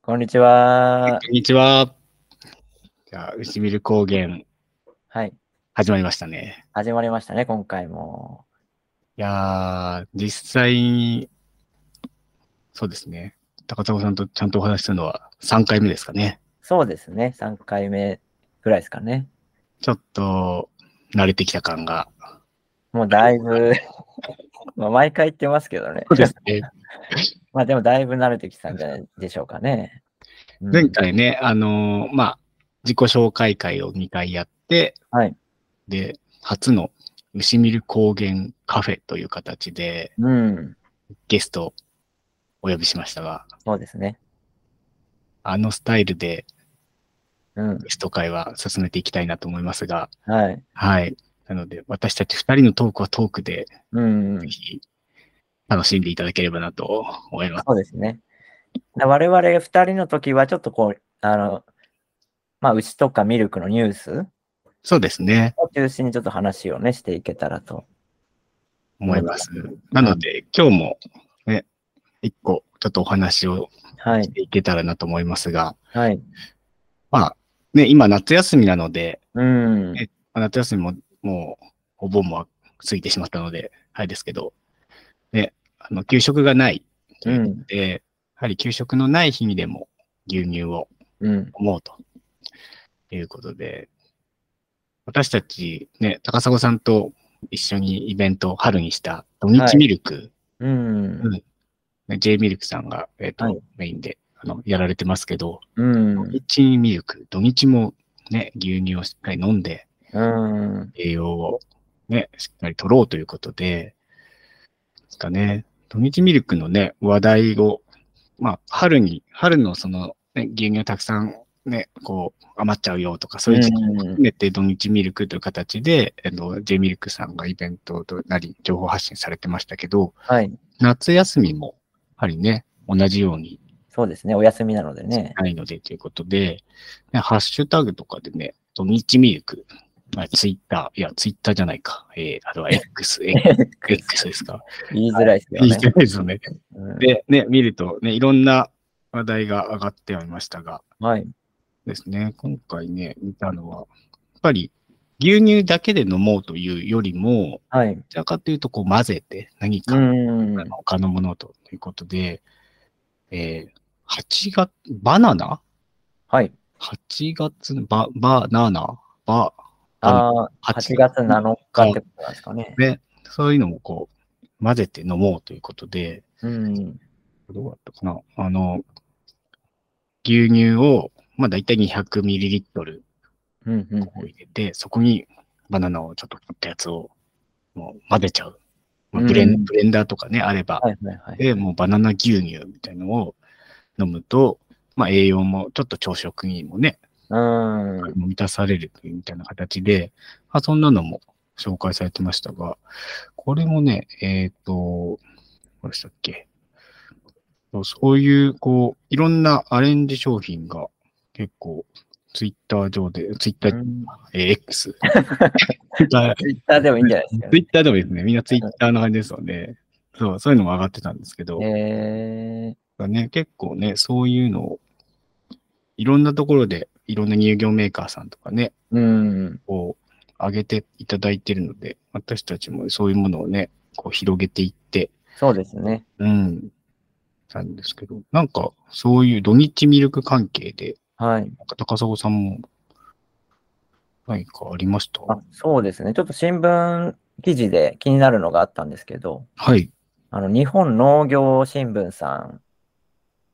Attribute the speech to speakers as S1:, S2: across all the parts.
S1: こんにちは。
S2: こんにちは。じゃあ、牛ビル高原、
S1: はい。
S2: 始まりましたね。
S1: 始まりましたね、今回も。
S2: いやー、実際に、そうですね。高砂さんとちゃんとお話しするのは3回目ですかね。
S1: そうですね、3回目ぐらいですかね。
S2: ちょっと、慣れてきた感が。
S1: もうだいぶ、 まあ毎回言ってますけどね。
S2: ね。
S1: まあでもだいぶ慣れてきたんじゃないでしょうかね。うん
S2: 前回ね、あのーまあ、自己紹介会を2回やって、
S1: はい
S2: で、初の牛見る高原カフェという形で
S1: うん、
S2: ゲストをお呼びしましたが、
S1: そうですね。
S2: あのスタイルで
S1: うん、
S2: ゲスト会は進めていきたいなと思いますが、
S1: はい。
S2: はい。なので、私たち2人のトークはトークで、
S1: うん、うん
S2: ぜひ楽しんでいただければなと思います。
S1: そうですね。だ我々2人の時はちょっとこう、あの、まあ、牛とかミルクのニュース
S2: そうですね。
S1: を中心にちょっと話をね、していけたらと。
S2: 思います。なので、今日もね、一個ちょっとお話を
S1: はい
S2: し、ていけたらなと思いますが、
S1: はい。
S2: まあ、ね、今夏休みなので、
S1: うん、
S2: えまあ夏休みももうお盆も過ぎてしまったので、あれですけど、ね、あの、給食がないということで、やはり給食のない日にでも牛乳を
S1: うん。
S2: 思うということで、私たちね、高砂さんと一緒にイベントを春にした土日ミルク、
S1: うん。
S2: ね J ミルクさんが、えっと
S1: はい
S2: メインであのやられてますけど、
S1: うん
S2: 土。日ミルク、土日もね、牛乳をしっかり飲んで
S1: うん。
S2: 栄養をね、しっかり取ろうということで、ですかね、土日ミルクのね、話題を、まあ、春に、春のその、ね、牛乳たくさんね、こう、余っちゃうよとか、そういう時期
S1: うん
S2: 含めて土日ミルクという形で、あの、J ミルクさんがイベントとなり、情報発信されてましたけど、
S1: はい。
S2: 夏休みも、やはりね、同じように
S1: そうですね。お休みなのでね。
S2: ないのでということで、ねハッシュタグとかでね、土日ミルク、まあ、ツイッター、いや、ツイッターじゃないか、えー、あとは X、え X ですか。
S1: 言いづ らいですよ
S2: 言い
S1: ね
S2: づ。らいですよね。
S1: うん
S2: で、ね、見ると、ね、いろんな話題が上がってはいましたが、
S1: はい。
S2: ですね、今回ね、見たのは、やっぱり牛乳だけで飲もうというよりも、
S1: はい。
S2: どちらかというと、こう混ぜて何
S1: う
S2: か、
S1: ん。
S2: あの他のものということで、えー、8月、バナナ
S1: はい。
S2: ?8 月、バ、バナナバ、
S1: あー
S2: あの
S1: 8月7日ってことなんですかね。
S2: ね、そういうのもこう、混ぜて飲もうということで、
S1: うん。
S2: どうだったかなあの、牛乳を、まあ大体 200ml
S1: うん。うん
S2: こう入れて、そこにバナナをちょっと切ったやつをもう混ぜちゃう。まあブレン
S1: うん
S2: ブレンダーとかね、あれば、
S1: はいはいはい。
S2: で、もうバナナ牛乳みたいのを飲むと、まあ栄養もちょっと朝食にもね、
S1: うん。
S2: 満たされるというみたいな形で、まあ、そんなのも紹介されてましたが、これもね、えっ、と、どうでしたっけ。そういう、こう、いろんなアレンジ商品が結構、ツイッター上で、ツイッター、えー X。ツイッター
S1: ツイッターでもいいんじゃないですか
S2: ツイッターでもいいですね。みんなツイッターの感じですよね。そう、そういうのも上がってたんですけど。
S1: ね。
S2: がね、結構ね、そういうのを、いろんなところで、いろんな乳業メーカーさんとかね、
S1: えー。うん。
S2: こう、上げていただいてるので、私たちもそういうものをね、こう広げていって、
S1: そうですね。
S2: うん、なんですけど、なんか、そういう土日ミルク関係で、
S1: はい。
S2: なんか高砂さんも、何かありました
S1: あ、そうですね。ちょっと新聞記事で気になるのがあったんですけど、
S2: はい。
S1: あの、日本農業新聞さん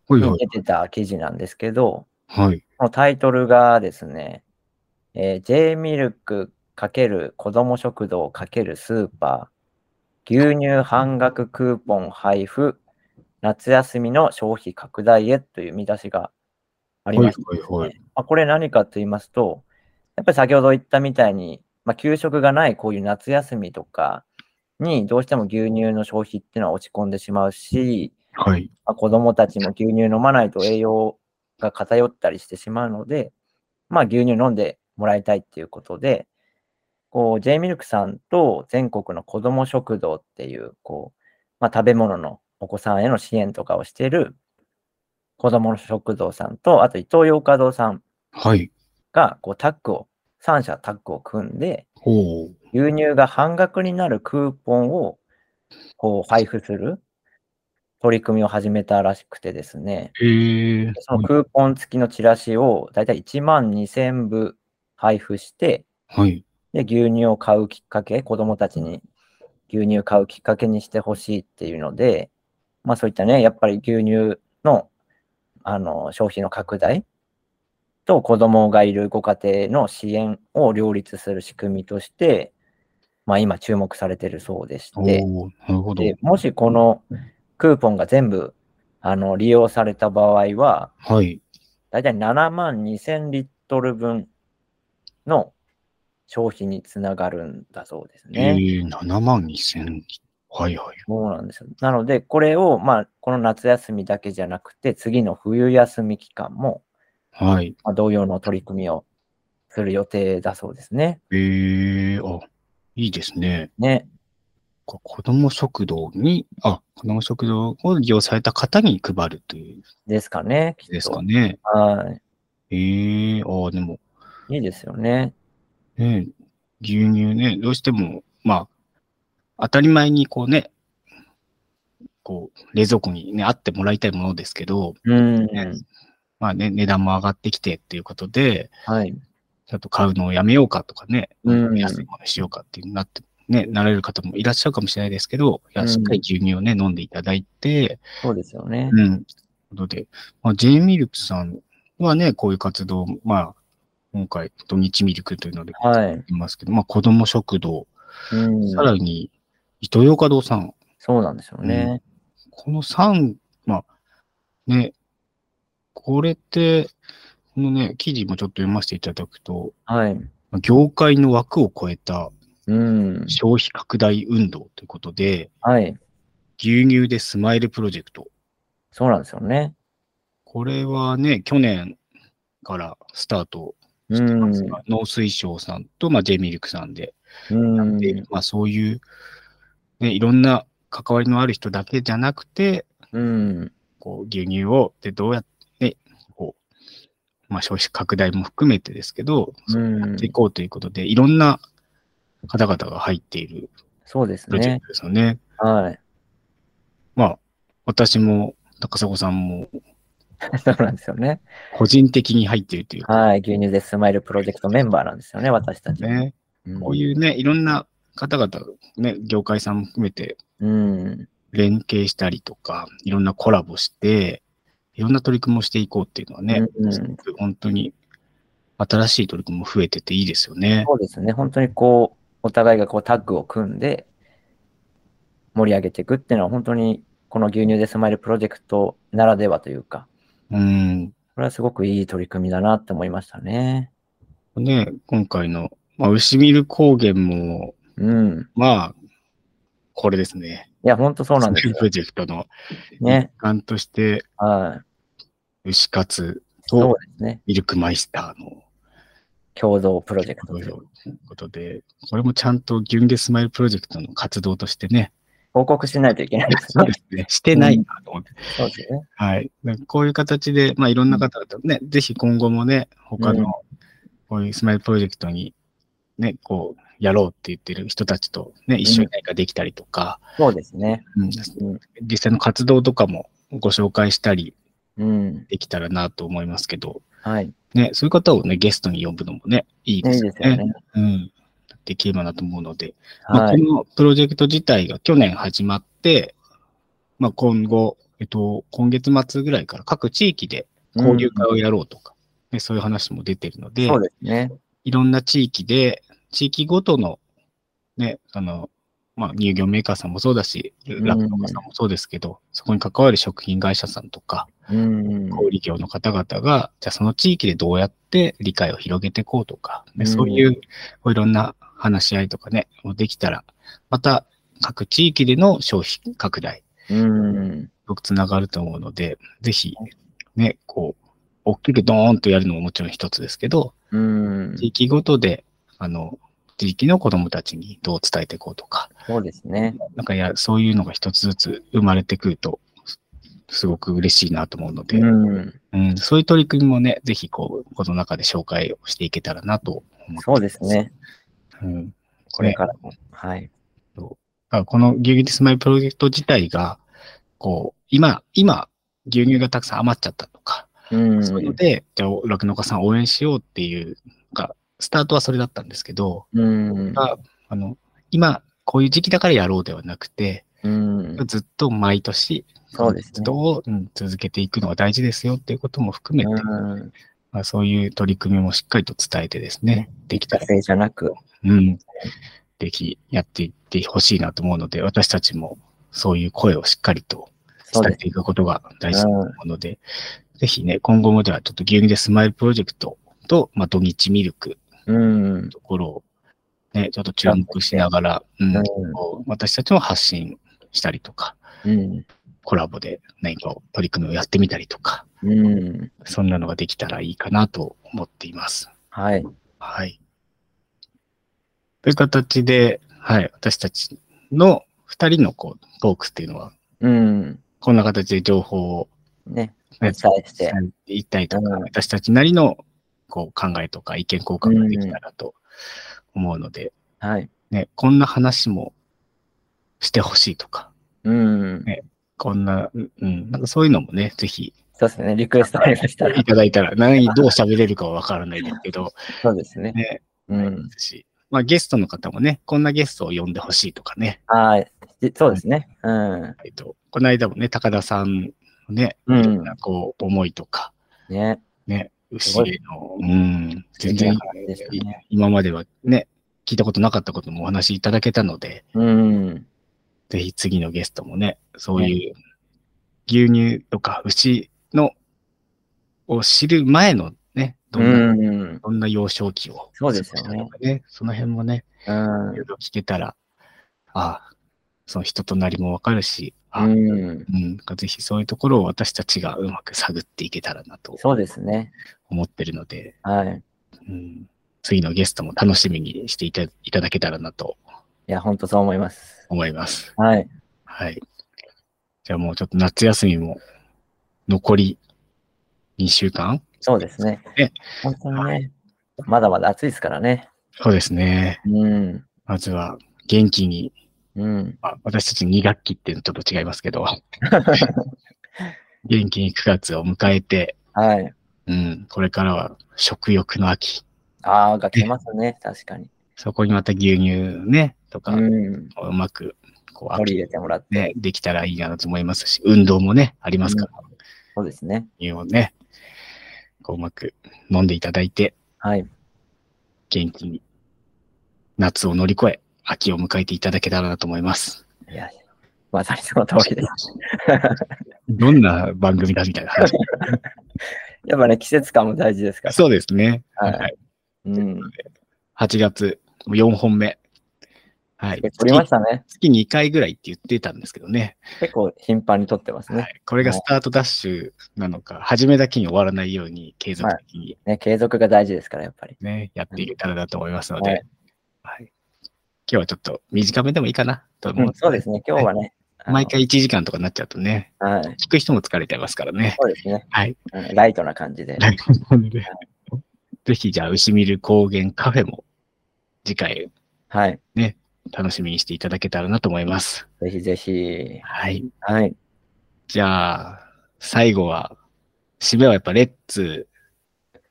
S2: はいは
S1: に
S2: い。
S1: 出てた記事なんですけど、
S2: はい。
S1: このタイトルがですね、えー J ミルク×子ども食堂×スーパー、牛乳半額クーポン配布、夏休みの消費拡大へという見出しがありました、ね
S2: はいはいは
S1: まあこれ何かと言いますと、やっぱり先ほど言ったみたいに、まあ、給食がないこういう夏休みとかにどうしても牛乳の消費っていうのは落ち込んでしまうし、
S2: はい。
S1: まあ、子供たちも牛乳飲まないと栄養が偏ったりしてしまうので、まあ、牛乳飲んでもらいたいっていうことで、こう、J ミルクさんと全国の子ども食堂っていう、こう、まあ、食べ物のお子さんへの支援とかをしている、子供の食堂さんと、あと伊東洋華堂さん
S2: はい。
S1: が、こうタッグを、3社タッグを組んで、
S2: ほう。
S1: 牛乳が半額になるクーポンを、こう配布する取り組みを始めたらしくてですね、
S2: へえ。
S1: そのクーポン付きのチラシをだいたい1万2000部配布して、
S2: はい。
S1: で、牛乳を買うきっかけ、子供たちに牛乳を買うきっかけにしてほしいっていうので、まあそういったね、やっぱり牛乳のあの消費の拡大と子供がいるご家庭の支援を両立する仕組みとして、まあ今注目されてるそうでして、
S2: おおなるほど。
S1: でもしこのクーポンが全部あの利用された場合は、
S2: はい。
S1: 大体7万2000リットル分の消費につながるんだそうです
S2: え
S1: ね。
S2: え7万2000。はいはい。
S1: そうなんですよ。なので、これを、まあ、この夏休みだけじゃなくて、次の冬休み期間も、
S2: はい。
S1: まあ、同様の取り組みをする予定だそうですね。
S2: ええあ、いいですね。
S1: ね。
S2: こ子供食堂に、あ、子供食堂を利用された方に配るという
S1: ですかね。きっと
S2: ですかね。
S1: は
S2: ええあ、でも、
S1: い。いいですよね。
S2: ね、牛乳ね、どうしても、まあ、当たり前にこうね、こう、冷蔵庫にね、あってもらいたいものですけど、
S1: うん。
S2: まあね、値段も上がってきてっていうことで、
S1: はい。
S2: ちょっと買うのをやめようかとかね、
S1: うん
S2: 安いものにしようかってなって、ね、なられる方もいらっしゃるかもしれないですけど、いや
S1: うん
S2: しっかり牛乳をね、飲んでいただいて、
S1: そうですよね。
S2: うん、ということで、まあ、J ミルクさんはね、こういう活動、まあ、今回、土日ミルクというので、
S1: はい。
S2: いますけど、まあ、子供食堂、
S1: うん
S2: さ。らに、イトヨカドーさん、
S1: そうなんですよね。
S2: この3、まあ、ね、これって、このね、記事もちょっと読ませていただくと、
S1: はい。
S2: まあ業界の枠を超えた
S1: うん。
S2: 消費拡大運動ということで、
S1: はい。
S2: 牛乳でスマイルプロジェクト。
S1: そうなんですよね。
S2: これはね、去年からスタート
S1: う
S2: して
S1: ん
S2: ます。が、農水省さんと、まあ、J ミルクさんで
S1: うん。
S2: でまあ、そういう、ね、いろんな関わりのある人だけじゃなくて、
S1: うん。
S2: こう牛乳をでどうやって、こうまあ、消費拡大も含めてですけど、
S1: うん
S2: やっていこうということで、いろんな方々が入っている
S1: そうです
S2: プロジェ
S1: ね
S2: ク。トですよね。
S1: はい。
S2: まあ、私も高砂さんも
S1: そうなんですよね。
S2: 個人的に入っているというか、
S1: はい。牛乳でスマイルプロジェクトメンバーなんですよね、私たち。
S2: ね、
S1: うん
S2: こういうね、いろんな方々、ね、業界さんも含めて
S1: うん。
S2: 連携したりとか、いろんなコラボして、いろんな取り組みをしていこうっていうのはね、
S1: うんうん
S2: すごく本当に新しい取り組みも増えてていいですよね。
S1: そうですね。本当にこう、お互いがこうタッグを組んで盛り上げていくっていうのは、本当にこの牛乳でスマイルプロジェクトならではというか、
S2: うん。
S1: これはすごくいい取り組みだなって思いましたね。
S2: ね、今回の、まあ、牛見る高原も、
S1: うん。
S2: まあ、これですね。
S1: いや、本当そうなんですよ
S2: プ。ロジェクトの
S1: ね。
S2: 一環として、
S1: はい。
S2: 牛活
S1: そう
S2: と
S1: ですね。
S2: ミルクマイスターの
S1: 共同プロジェクト
S2: と
S1: と
S2: い
S1: いう
S2: うことで、これもちゃんとギュンゲスマイルプロジェクトの活動としてね、
S1: 報告しないといけないです
S2: そう
S1: ね
S2: で。すね、してないなと思って、
S1: そうですね。
S2: はい。だからこういう形で、まあいろんな方々ね、ぜひ今後もね、他
S1: うん
S2: のこういうスマイルプロジェクトにね、こう、やろうって言ってる人たちとね、一緒に何かできたりとか、
S1: そうですね。
S2: うん実際の活動とかもご紹介したり
S1: うん。
S2: できたらなと思いますけど、
S1: はい。い
S2: ね、そういう方をね、ゲストに呼ぶのもね、いい
S1: い
S2: で
S1: ですす
S2: よ
S1: よ
S2: ね。
S1: ね。
S2: うん。できればなと思うので、まあ、
S1: は
S2: こ
S1: い。
S2: のプロジェクト自体が去年始まって、まあ、今後、えっと、今月末ぐらいから各地域で交流会をやろうとか、ねそういう話も出てるので
S1: そうですね。
S2: いろんな地域で、地域ごとの、ね、あの、まあ、乳業メーカーさんもそうだし、
S1: ん
S2: 酪農家さんもそうですけど、そこに関わる食品会社さんとか、
S1: うん。
S2: 小売業の方々が、じゃあその地域でどうやって理解を広げていこうとか、
S1: う
S2: ね
S1: ん
S2: そういうこういろんな話し合いとかね、をできたら、また各地域での消費拡大、
S1: うん。
S2: よくつながると思うので、ぜひ、ね、こう、大きくドーンとやるのももちろん一つですけど、
S1: うん。
S2: 地域ごとで、あの、地域の子供たちにどう伝えていこうとか、
S1: そうですね。
S2: なんかや、そういうのが一つずつ生まれてくるとすごく嬉しいなと思うので、
S1: うん、
S2: うん、そういう取り組みもね、ぜひこう、この中で紹介をしていけたらなと思って
S1: そうです。ね。
S2: うん、こ
S1: これ
S2: れ、
S1: からも。はい。
S2: あこの牛乳でスマイルプロジェクト自体が、こう、今、今、牛乳がたくさん余っちゃったとか、
S1: うん。
S2: そういうので、じゃあ、酪農家さん応援しようっていうか、スタートはそれだったんですけど、
S1: うん。
S2: ああの、今、こういう時期だからやろうではなくて、
S1: うん。
S2: ずっと毎年、
S1: そうです
S2: 活
S1: ね。
S2: 動を、うん続けていくのが大事ですよっていうことも含めて、
S1: うん。
S2: まあ、そういう取り組みもしっかりと伝えてですね、できたら
S1: 惰、性じゃなく。
S2: うん、でき、やっていってほしいなと思うので、私たちもそういう声をしっかりと
S1: そう
S2: 伝え
S1: で
S2: ていくことが大事
S1: す。
S2: だと
S1: うん。
S2: 思うので、ぜひね、今後もではちょっと牛乳でスマイルプロジェクトと、まあ、土日ミルク
S1: うん。
S2: ところをね、ちょっと注目しながら、うん
S1: うん
S2: こう私たちも発信したりとか、
S1: うん。
S2: コラボで何かを取り組みをやってみたりとか、
S1: うん。
S2: そんなのができたらいいかなと思っています。
S1: はい。
S2: はい。という形で、はい、私たちの2人のこうトークっていうのは、
S1: うん。
S2: こんな形で情報を
S1: ね。お伝え
S2: ね
S1: して。
S2: 伝えていったりとか、
S1: うん
S2: 私たちなりのこう考えとか意見交換ができたらと思うので、
S1: はい。
S2: ね、こんな話もしてほしいとか、
S1: うん。
S2: こんな、うん、なんかそういうのもね、ぜひ
S1: そうですね。リクエストありましたら
S2: い。ただいたら、何、どう喋れるかはわからないですけど、
S1: そうですね。
S2: ね、
S1: うん。
S2: し、まあゲストの方もね、こんなゲストを呼んでほしいとかね、
S1: はい。じそうですね。うん。
S2: えっと、この間もね、高田さんのね、
S1: うん
S2: いろんなこう、思いとか、
S1: ね。
S2: ね、
S1: すご
S2: 牛
S1: い
S2: への、うん、全然
S1: 素敵な話でした
S2: い
S1: ね
S2: 今まではね、聞いたことなかったこともお話しいただけたので、
S1: うん。
S2: ぜひ次のゲストもね、そういう牛乳とか牛のを知る前のね、ど
S1: うん
S2: な、
S1: ん。
S2: どんな幼少期を
S1: そうですよね
S2: 過ごしたのかね。その辺もね、
S1: うん
S2: いろいろ聞けたら、ああ、その人となりもわかるし、ああ
S1: う
S2: うん
S1: ん。
S2: なんかぜひそういうところを私たちがうまく探っていけたらなと
S1: そうですね。
S2: 思ってるので、
S1: はい。
S2: うん、次のゲストも楽しみにしていたいただけたらなと
S1: いや、本当そう思います。
S2: 思います。
S1: はい。
S2: はい。じゃあもうちょっと夏休みも残り2週間
S1: そうですね
S2: ね。
S1: 本当にね。まだまだ暑いですからね。
S2: そうですね。
S1: うん。
S2: まずは元気に、
S1: うん。
S2: まあ、私たち2学期っていうのとちょっと違いますけど、元気に9月を迎えて、
S1: はい。
S2: うん、これからは食欲の秋。
S1: ああ、が来ますね。確かに。
S2: そこにまた牛乳ね、とか、
S1: う。
S2: うんうまく、こう、
S1: 取り入れてもらって。
S2: ね、できたらいいなと思いますし、運動もね、ありますから、
S1: そうですね。
S2: 牛乳をね、こう、うまく飲んでいただいて、
S1: はい。
S2: 元気に、夏を乗り越え、秋を迎えていただけたらなと思います。
S1: いや、まさにその通りです。
S2: どんな番組だみたいな話。
S1: やっぱね、季節感も大事ですから。
S2: そうですね。
S1: はい
S2: はい。
S1: うん。
S2: 8月、4本目。はい。
S1: 取りましたね。
S2: 月2回ぐらいって言ってたんですけどね。
S1: 結構頻繁に撮ってます
S2: は
S1: ね。
S2: い、これがスタートダッシュなのか、初めだけに終わらないように継続的に
S1: ね、継続が大事ですから、やっぱり。
S2: ね、やっていけたらなと思いますの
S1: は
S2: で
S1: い、
S2: はい今日はちょっと短めでもいいかなと
S1: う
S2: 思。
S1: ん、そうですすね。今日はね。あの
S2: 毎。回1時間とかになっちゃうとね、
S1: はい。
S2: 聞く人も疲れちゃいますからね。
S1: そうですね。
S2: はい。
S1: うんライトな感じで。
S2: なんでぜひじゃあ、牛見る高原カフェも次回
S1: はい。
S2: 楽しみにしていただけたらなと思います。
S1: ぜひぜひ。
S2: はい。
S1: はい。
S2: じゃあ、最後は、締めはやっぱレッツ、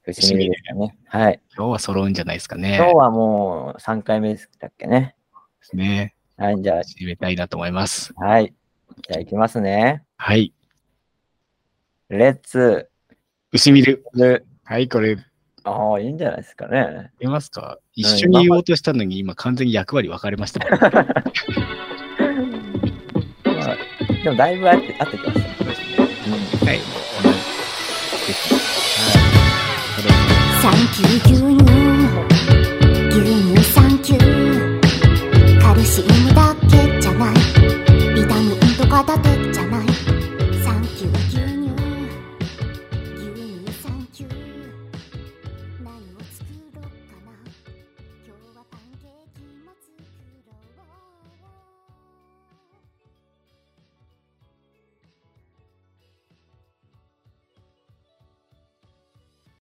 S1: 伏見ですかね。はい。
S2: 今日は揃うんじゃないですかね。
S1: 今日はもう3回目でしたっけね。
S2: ね。
S1: はい。じゃ
S2: 締めたいなと思います。
S1: あ、はい。じゃあ、いきますね。
S2: はい。
S1: レッツ、
S2: 牛見る。
S1: ル。
S2: はい、これ、
S1: ああ、いいんじゃないですかね。
S2: 出ますか一緒に言おうとしたのに、今完全に役割分かれましたもんね、
S1: まあでも、だいぶ合って合ってきました。うん
S2: はい。ぜひ、はい。
S3: 産休牛乳牛乳